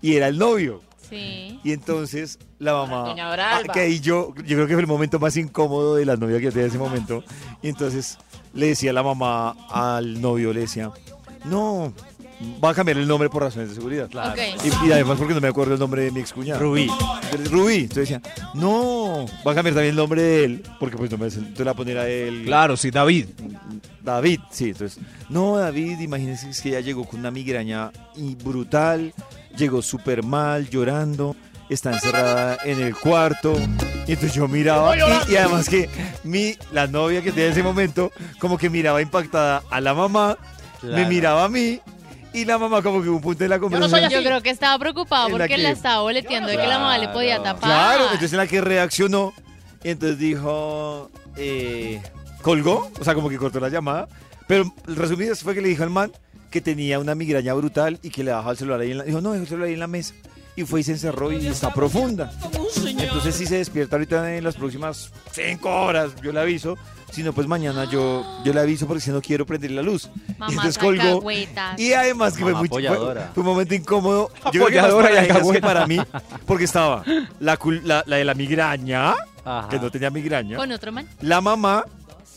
y era el novio.
Sí.
Y entonces la mamá,
Doña Brava.
ah, que ahí yo, yo creo que fue el momento más incómodo de las novias que tenía en ese momento. Y entonces le decía la mamá al novio, le decía, no, va a cambiar el nombre por razones de seguridad.
Claro. Ok.
Y, y además porque no me acuerdo el nombre de mi excuñada.
Rubí.
Rubí. Entonces decía, no, va a cambiar también el nombre de él, porque pues no me entonces la poner a él.
Claro, sí, David.
David, sí, entonces, no, David, imagínense es que ya llegó con una migraña y brutal, llegó súper mal, llorando, está encerrada en el cuarto. Y entonces yo miraba, y, y además que mi, la novia que tenía en ese momento, como que miraba impactada a la mamá, me
Claro.
miraba a mí, y la mamá como que hubo un punto de la
Yo,
conversación.
creo que estaba preocupado
En la
porque
que-
la estaba boleteando de que la mamá le podía tapar.
Claro, entonces en la que reaccionó, y entonces dijo, eh, colgó, o sea, como que cortó la llamada. Pero el resumido fue que le dijo al man que tenía una migraña brutal y que le bajaba el celular ahí en la... Dijo, no, dejó el celular ahí en la mesa. Y fue y se encerró y está profunda. Entonces si se despierta ahorita en las próximas cinco horas, yo le aviso. Si no, pues mañana yo, yo le aviso porque si no quiero prender la luz.
Mamá
y entonces colgó.
cacahuetas.
Y además que fue,
Mamá
muy, fue,
apoyadora.
fue un momento incómodo. Yo creo que más
Apoyadora
para
y
ellas que
alcahueta.
para mí, porque estaba la, cul- la, la de la migraña,
Ajá.
que no tenía migraña,
Con otro man.
la mamá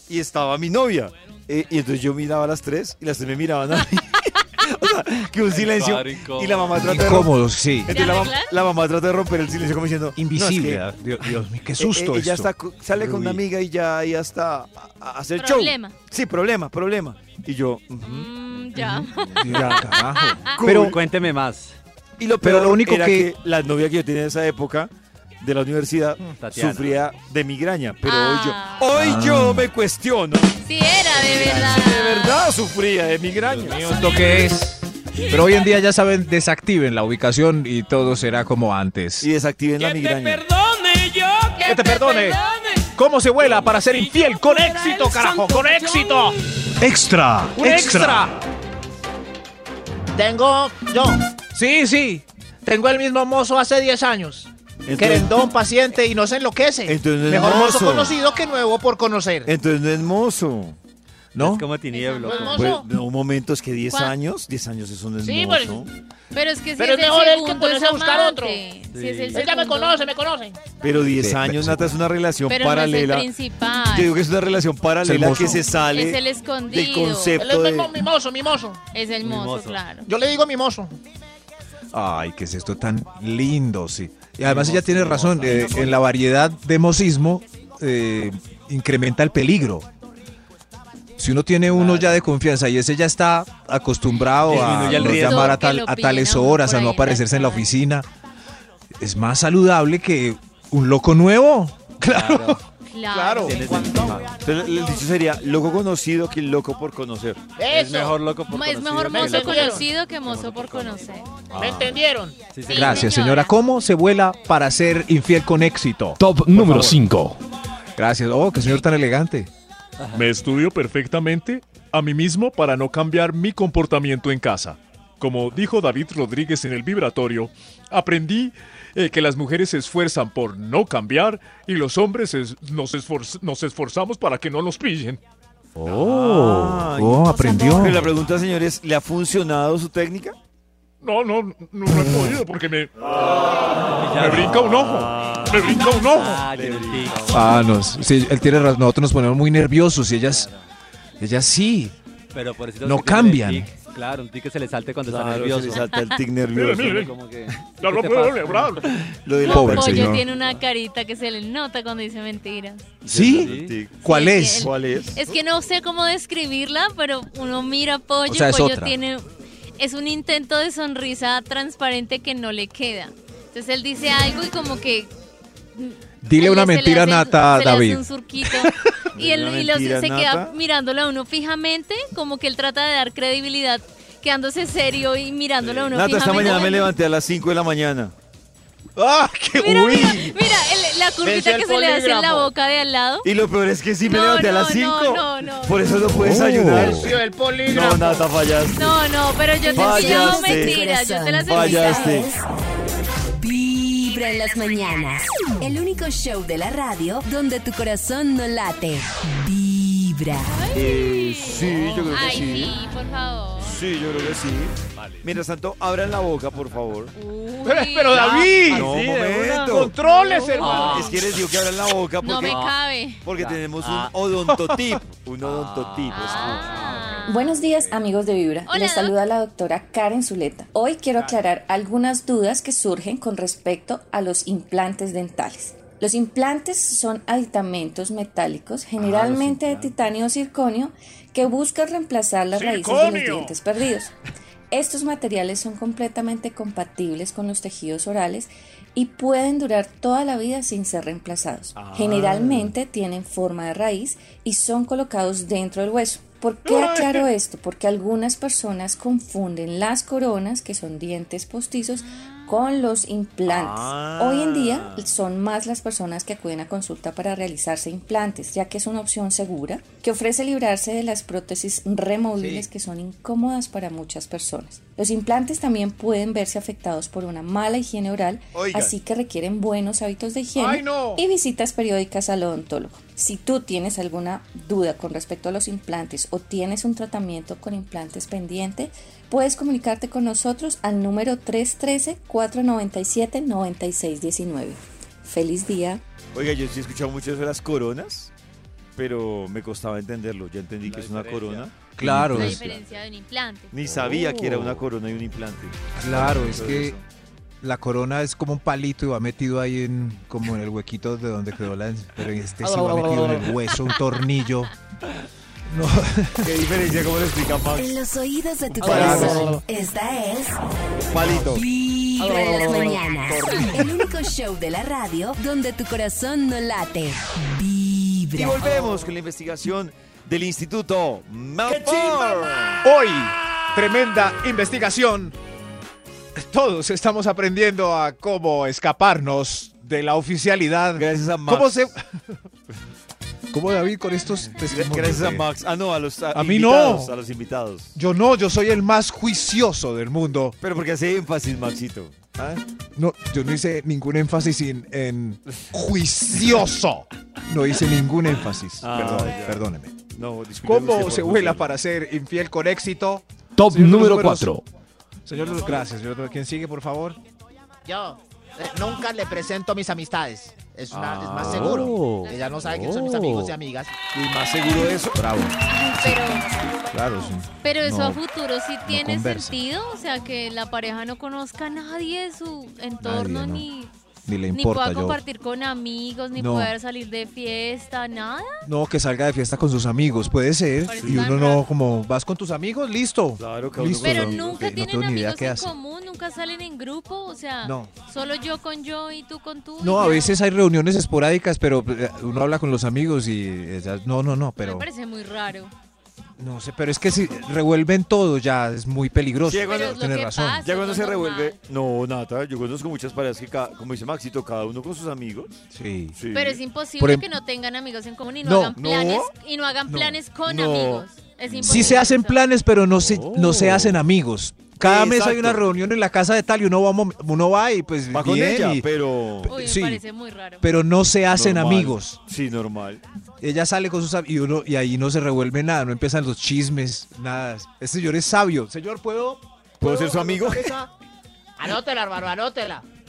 y estaba mi novia. Eh, y entonces yo miraba a las tres y las tres me miraban a mí. o sea, que un silencio.
padre, incómodo.
Y la mamá trata de
Incómodo, sí.
Entonces la, mam- la mamá trata de romper el silencio como diciendo.
Invisible.
ah,
"No, es que,
Dios, Dios mío,
eh,
qué susto
eh, ella
esto.
está co- sale con una amiga y ya, ya está a, a hacer
Problema.
show. Sí, problema, problema. Y yo. ujú.
Mm, ya.
Ya.
Pero
Pero-
cuénteme más.
Y lo
Pero
peor
lo único
era
que-
que... la novia que yo tenía en esa época de la universidad
Mm, Tatiana.
sufría de migraña, pero hoy yo hoy yo me cuestiono.
Ah. Sí, era de verdad.
De verdad sufría de migraña.
¿Esto qué es? Pero hoy en día ya saben, desactiven la ubicación y todo será como antes. Y
desactiven la
migraña.
Perdone yo
Que te perdone. ¿Cómo se vuela para ser infiel? Con éxito, carajo, con éxito.
Extra,
Un extra.
Tengo yo.
Sí, sí.
Tengo el mismo mozo hace 10 años.
Entonces-
Querendón, paciente y no se enloquece.
Entonces,
Mejor mozo
mozo.
conocido que nuevo por conocer.
Entonces no es mozo. ¿No?
Es como tinieblo.
¿No es
Pues,
mozo?
no, un momento, es que 10
¿Cuál?
años, 10 años eso no es
Sí,
mozo.
Pero es que si
Pero
es,
es mejor
el
él que
segundo,
ponerse
es
a buscar otro.
amante. Si es el
Él ya me
segundo.
conoce, me conoce.
Pero 10
Sí,
años, Nata, es una relación
Pero
paralela.
no es el principal.
yo digo que es una relación paralela
mozo.
que se sale
es el escondido.
del concepto
Él es
de...
mimoso, mimoso.
Es el mozo,
Mimoso.
claro.
Yo le digo mimoso.
Ay, qué es esto tan lindo, sí. Y además ella tiene razón, eh, en la variedad de mocismo eh, incrementa el peligro. Si uno tiene uno ya de confianza y ese ya está acostumbrado a
Disminuye el
no
riesgo.
llamar a,
Que
tal-
lo
a tales
opina uno
horas,
por
a no
ahí,
aparecerse en la oficina, es más saludable que un loco nuevo. Claro.
Claro.
Entonces, el dicho sería, loco conocido que loco por conocer.
Eso.
Es mejor loco por
Ma- Es
conocido
mejor
que
mozo
loco por-
conocido que mozo por conocer.
¿Me entendieron?
Gracias, señora. ¿Cómo se vuela para ser infiel con éxito?
Top número 5.
Gracias. Oh, qué señor tan elegante.
Me estudio perfectamente a mí mismo para no cambiar mi comportamiento en casa. Como dijo David Rodríguez en el vibratorio, aprendí eh, que las mujeres se esfuerzan por no cambiar y los hombres es- nos, esforz- nos esforzamos para que no nos pillen.
Oh, oh, aprendió.
Pero la pregunta, señores, ¿le ha funcionado su técnica?
No, no, no, no he podido porque me, me brinca un ojo. Me brinca un ojo.
Ah, no, sí, él tiene razón. Nosotros nos ponemos muy nerviosos y ellas, ellas sí.
Pero por eso
No
que tienen
cambian.
el tic, Claro, un tic que se le salte cuando
Claro,
está
se
nervioso.
le salta el tic nervioso.
Miren, miren.
Como que-
Ya
¿Qué
no
te
puedo
pasa?
hablar.
Lo del
Pobre
Pollo
señor.
tiene una carita que se le nota cuando dice mentiras.
¿Sí? ¿Cuál es?
el- Es que no sé cómo describirla, pero uno mira a Pollo,
O sea, es
Pollo
otra.
tiene es un intento de sonrisa transparente que no le queda. Entonces él dice algo y como que
Dile
él
una
se le
mentira
hace-
nata,
se le hace
David.
un surquito y él
Una
y los-
mentira
se queda
nata.
mirándolo a uno fijamente, como que él trata de dar credibilidad quedándose serio y mirándolo a uno
Nata, esta
fijamente.
mañana me levanté a las 5 de la mañana.
¡Ah, qué
uy!
Mira, el- la
Venció
curvita
el
que se le hace en la
polígrafo.
boca de al lado.
Y lo peor es que sí me
No,
levanté a las
no,
5.
no, no, no.
Por eso no puedes
Oh.
ayudar.
Venció el
No, Nata, fallaste.
No, no, pero yo te enseñaba
Fallaste.
mentiras, yo te las
Fallaste.
enseñaba.
Vibra en las mañanas. El único show de la radio donde tu corazón no late. Vibra.
Eh, sí, yo creo que
Ay,
sí.
sí, por favor.
Sí, yo creo que sí. Vale. Mientras tanto, abran la boca, por favor.
Pero, pero David,
No,
Así de
momento.
una. Controles, hermano.
Es que les digo que abran la boca porque,
No me cabe.
porque
Ah.
tenemos
Ah.
un odontotip. Un odontotip. es como-
Buenos días amigos de Vibra, les saluda la doctora Karen Zuleta. Hoy quiero aclarar algunas dudas que surgen con respecto a los implantes dentales. Los implantes son aditamentos metálicos, generalmente de titanio o circonio, que buscan reemplazar las raíces de los
¡Circonio!
dientes perdidos. Estos materiales son completamente compatibles con los tejidos orales y pueden durar toda la vida sin ser reemplazados. Generalmente tienen forma de raíz y son colocados dentro del hueso. ¿Por qué aclaro esto? Porque algunas personas confunden las coronas, que son dientes postizos, con los implantes.
Ah.
Hoy en día son más las personas que acuden a consulta para realizarse implantes, ya que es una opción segura que ofrece librarse de las prótesis removibles que son incómodas para muchas personas. Los implantes también pueden verse afectados por una mala higiene oral,
Oigan.
así que requieren buenos hábitos de higiene
¡Ay, no!
y visitas periódicas al odontólogo. Si tú tienes alguna duda con respecto a los implantes o tienes un tratamiento con implantes pendiente, puedes comunicarte con nosotros al número 313-497-9619. Feliz día.
Oiga, yo sí he escuchado muchas de las coronas, pero me costaba entenderlo. Ya entendí que es una corona.
Claro,
La
es-
diferencia de un implante.
Ni sabía que era
Oh.
una corona y un implante.
Claro, es
Todo
que
eso.
la corona es como un palito y va metido ahí en como en el huequito de donde quedó la pero este sí va metido en el hueso, un tornillo. No.
¿Qué diferencia? ¿Cómo lo explica Max?
En los oídos de tu
Claro.
corazón, esta es
Palito.
Vibra en las mañanas. El único show de la radio donde tu corazón no late.
Y volvemos con la investigación del Instituto Malfoy.
Hoy, tremenda investigación. Todos estamos aprendiendo a cómo escaparnos de la oficialidad. Gracias a
Max.
¿Cómo se... ¿Cómo David con estos testimonios?
Gracias a
de-
Max. Ah, no, a los a,
A mí
invitados,
no.
A los invitados.
Yo no, yo soy el más juicioso del mundo.
Pero porque hace énfasis, Maxito. ¿Ah?
No, yo no hice ningún énfasis en, en juicioso. No hice ningún énfasis.
Ah,
Perdón,
ya.
perdóneme.
No, disculpe.
¿Cómo
usted
se
por-
vuela para ser infiel con éxito?
Top
Señor de los
número
números.
4.
Señor, de los- gracias. señor de los- ¿Quién sigue, por favor?
Yo eh, nunca le presento a mis amistades. Es, una- es
Ah.
más seguro.
Oh.
Ella no sabe quién son mis amigos y amigas.
Y más seguro de eso. Bravo.
Ay, pero,
Claro, sí.
pero eso
No,
a futuro sí tiene
conversa.
sentido. O sea, que la pareja no conozca a nadie de su entorno
Nadie, no.
ni.
Ni le
Ni
importa
pueda
yo.
compartir con amigos, ni
No.
poder salir de fiesta, nada.
No, que salga de fiesta con sus amigos, puede ser.
Parece
Y
tan
uno no, como, vas con tus amigos, listo. Claro,
cada uno
listo.
con
Pero
no,
nunca
no
tienen
tengo ni idea
amigos
qué
en
hace.
común, nunca salen en grupo, o sea,
No.
solo yo con yo y tú con tú.
No,
y
a
ya.
veces hay reuniones esporádicas, pero eh, uno habla con los amigos y ellas- no, no, no,
Me
pero
parece muy raro.
no sé, pero es que si revuelven todo ya es muy peligroso.
Sí, ya cuando-
Tienes razón.
pasa,
ya cuando
es
se
lo
revuelve. No, Nata, yo conozco muchas parejas que, ca- como dice Maxito, cada uno con sus amigos.
Sí.
Pero es imposible
Por em-
que no tengan amigos en común y no,
No,
hagan
no,
planes y no hagan
no,
planes con
no.
amigos. Es imposible.
Sí se hacen planes, pero no se, no se hacen amigos. Cada mes hay
Exacto.
una reunión en la casa de tal y uno va, a mom- uno va y pues
Va con
bien
ella,
y-
pero.
Uy, me
sí,
parece muy raro.
pero no se hacen
Normal.
amigos.
Sí, normal.
Ella sale con sus am- y uno y ahí no se revuelve nada, no empiezan los chismes, nada. Este señor es sabio. Señor, ¿puedo?
¿Puedo ser su amigo?
Anótela, hermano, anótela.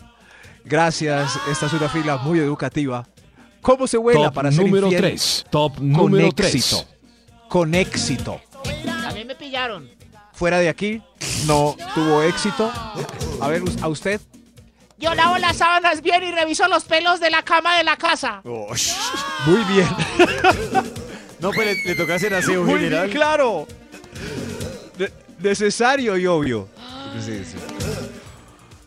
Gracias, esta es una fila muy educativa. ¿Cómo se vuela
Top
para ser
número
infiel?
tres, top número
Con
tres.
éxito. Con éxito.
A mí me pillaron.
Fuera de aquí, no tuvo éxito. A ver, us- a usted.
Yo lavo las sábanas bien y reviso los pelos de la cama de la casa.
Muy bien.
No, pues le, le toca hacer aseo
Muy bien,
general.
claro. Ne- necesario y obvio. Sí, sí.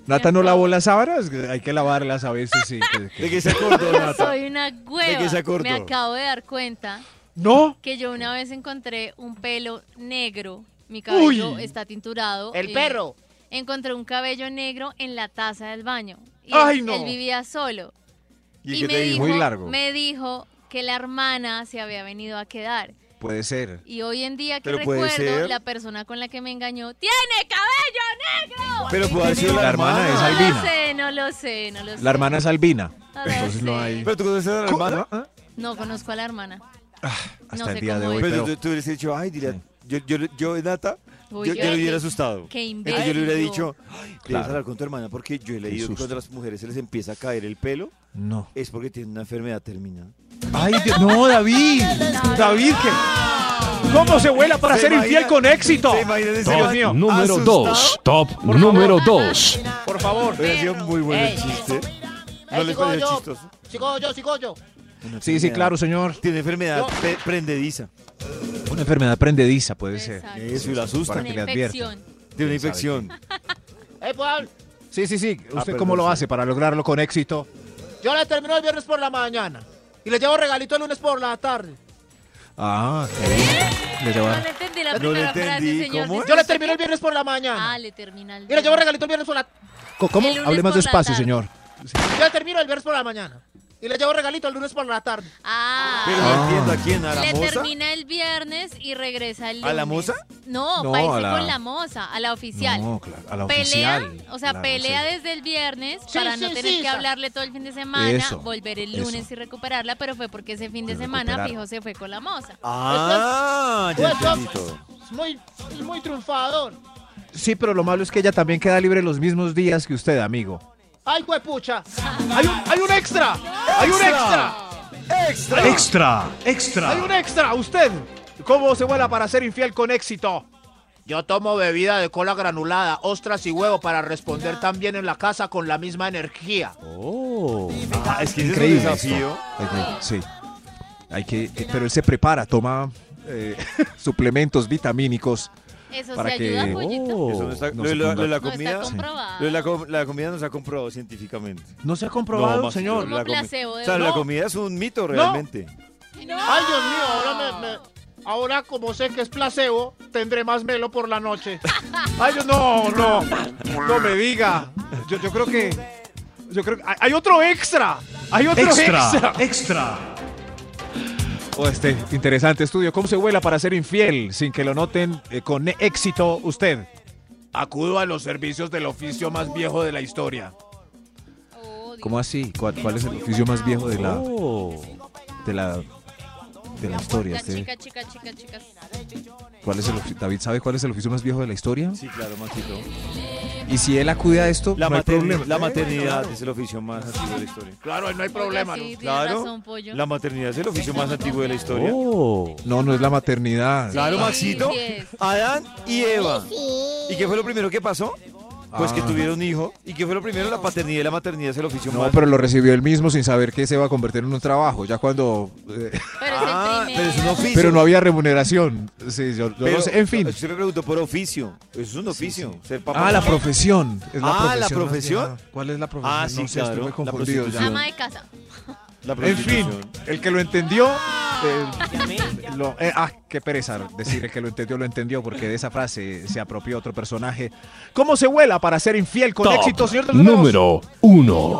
Nata no lavó las sábanas, hay que lavarlas a veces, sí. que- que-
¿De qué se acordó, Nata?
Soy una
¿De qué se
hueva.
acordó?
Me acabo de dar cuenta
No.
que yo una vez encontré un pelo negro. Mi cabello
Uy.
está tinturado. eh,
El perro.
Encontré un cabello negro en la taza del baño. Y
Ay,
él-
no.
él vivía solo.
¿Y
Y
qué
me
te dijo?
dijo,
Muy largo.
me dijo que la hermana se había venido a quedar.
Puede ser.
Y hoy en día que
Pero puede
recuerdo,
ser.
la persona con la que me engañó tiene cabello negro.
Pero puede haber sido la,
La hermana es
hermana.
No lo
albina.
sé, no lo sé, no lo sé.
La hermana es albina.
No lo
Entonces no
sé.
hay.
Pero tú conoces a la hermana.
ah,
No conozco a la hermana.
Hasta
no
el
sé
día de
cómo
hoy.
es.
Pero
Pero,
tú, tú hubieras dicho, ay, dirá, yo, yo, yo, Nata,
Uy,
yo,
yo-
yo le hubiera asustado.
qué
Entonces Yo
imbécil.
le hubiera dicho, "Ay, debes
Claro.
hablar con tu hermana porque yo he leído que
susto.
cuando a las mujeres se les empieza a caer el pelo,
No.
es porque tienen una enfermedad terminal.
Ay, Dios- no, David. David, que. ¿Cómo se vuela para
¿Se
ser infiel
imagina-
con éxito?
se imagina ese
Dios
man
mío.
Número
asustado?
2. Top número 2.
Por favor.
Hubiera sido muy bueno el chiste. No
Ey,
le
sigo
pareció
yo,
chistoso.
sigo yo, sigo yo.
Una
ah. Sí, sí,
enfermedad-
claro, señor.
Tiene enfermedad pe- prendediza.
Una enfermedad prendediza puede ser.
Eso, y la asusta.
Para que le advierta.
Tiene una infección.
Ey, Paul,
Sí, sí, sí.
Ah,
¿Usted
perdón,
cómo lo
sí.
hace para lograrlo con éxito?
yo la termino el viernes por la mañana. Y le llevo regalito el lunes por la tarde.
Ah, qué bien. Le
No
lleva-
le entendí la
Ah, No le
primera frase,
entendí,
señor.
¿cómo
Disculpe.
Yo le termino el viernes por la mañana.
Ah, le termina el
Y le llevo regalito el viernes por la
Co- ¿Cómo?
El lunes
Hable más
por la
despacio,
tarde.
señor.
Yo le termino el viernes por la mañana. Y le llevo regalito el lunes por la tarde.
Ah.
Pero no entiendo a quién, a la
Le
moza.
termina el viernes y regresa el
¿A
lunes.
la moza?
No,
No,
para
a
irse
la-
con la moza, a la oficial.
No, claro, a la
pelea,
oficial.
o sea,
Claro,
pelea
sí.
desde el viernes
Sí,
para no
sí,
tener
sí,
que
esa.
hablarle todo el fin de semana,
Eso,
volver el
eso.
lunes y recuperarla, pero fue porque ese fin de
Y
semana
recuperar.
fijo se fue con la moza.
Ah, ya
Pues,
entendí
pues,
todo.
Es muy, es muy triunfador.
Sí, pero lo malo es que ella también queda libre los mismos días que usted, amigo.
¡Ay, huepucha! ¡Hay un, hay un extra! ¡Hay un extra!
¡Extra!
Extra.
Hay
Extra.
un extra, usted. ¿Cómo se vuela para ser infiel con éxito?
Yo tomo bebida de cola granulada, ostras y huevo para responder también en la casa con la misma energía.
Ah, es que ese es un
Increíble.
desafío.
esto. Hay que- sí. Hay que, eh, pero él se prepara, toma eh, suplementos vitamínicos.
Eso
Para
se
que- Oh.
ayuda, pollito.
Eso no está-
No
lo de
se
la- lo de la
No
comida-
está comprobado.
lo de la com- la comida no se ha comprobado científicamente.
No se ha
No,
comprobado,
más-
señor.
Como
la comi-
placebo de
O sea, la
verdad.
comida es un mito realmente.
¡Ay, Dios mío! Ahora, me- me- ahora como sé que es placebo, tendré más melo por la noche.
Ay, yo- no, no. No me diga. Yo, yo creo que. Yo creo que. Hay, hay otro extra. Hay otro extra.
Extra. Extra.
Oh, este interesante estudio. ¿Cómo se vuela para ser infiel sin que lo noten eh, con éxito usted?
Acudo a los servicios del oficio más viejo de la historia.
Oh, Dios.
¿Cómo así? ¿Cuál, cuál es el oficio más viejo de la.
Oh.
de la. de la historia?
La
este?
chica, chica, chica, chicas.
¿Cuál es el ofi- David sabe cuál es el oficio más viejo de la historia?
Sí, claro, Maxito.
Y si él acude a esto,
La,
no hay
materni-
problema.
la maternidad es el oficio más antiguo de la historia.
Claro, no hay problema.
Oiga, sí, tiene
Claro.
razón, pollo.
La maternidad es el oficio más antiguo de la
Oh.
historia.
No, no es la maternidad.
Claro,
Sí,
Maxito.
sí es.
Adán y Eva. ¿Y qué fue lo primero que pasó? Pues que
Ah.
tuvieron hijo. ¿Y qué fue lo primero? La paternidad y la maternidad es el oficio
No,
más
pero lo recibió él mismo sin saber que se va a convertir en un trabajo. Ya cuando. eh,
Pero
Ah,
es el
pero es un
primero.
oficio.
pero no había remuneración. Sí, yo, yo no
Pero-
sé. En fin.
Usted me preguntó por oficio. Eso es un oficio. Ser papá.
Ah, la profesión. Es
Ah, ¿la
más
profesión?
vieja. ¿Cuál es la profesión?
Ah, sí,
No sé, estoy
claro,
muy
la
confundido ya.
prostitución.
Ama de casa.
La
En fin,
prostitución.
el que lo entendió. eh, lo- eh, ah, qué pereza decir el que lo entendió, lo entendió, porque de esa frase se apropió otro personaje. ¿Cómo se vuela para ser infiel con éxito, señor de
Top
los números?
número 1.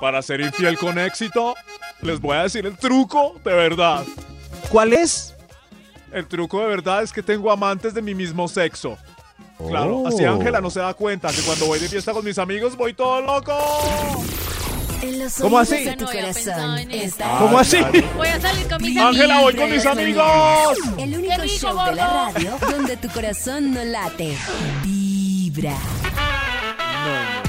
Para ser infiel con éxito, les voy a decir el truco de verdad.
¿Cuál es?
El truco de verdad es que tengo amantes de mi mismo sexo. Claro,
Oh.
así Ángela no se da cuenta que cuando voy de fiesta con mis amigos voy todo loco.
En los
¿Cómo
oídos
así?
de tu
No había pensado
corazón.
en eso.
Esta
¿Cómo así?
Voy a salir con mis
Ángela,
amigos.
voy con mis amigos.
El único
rico,
show de
gordo!
la radio donde tu corazón no late. Vibra.
No, no,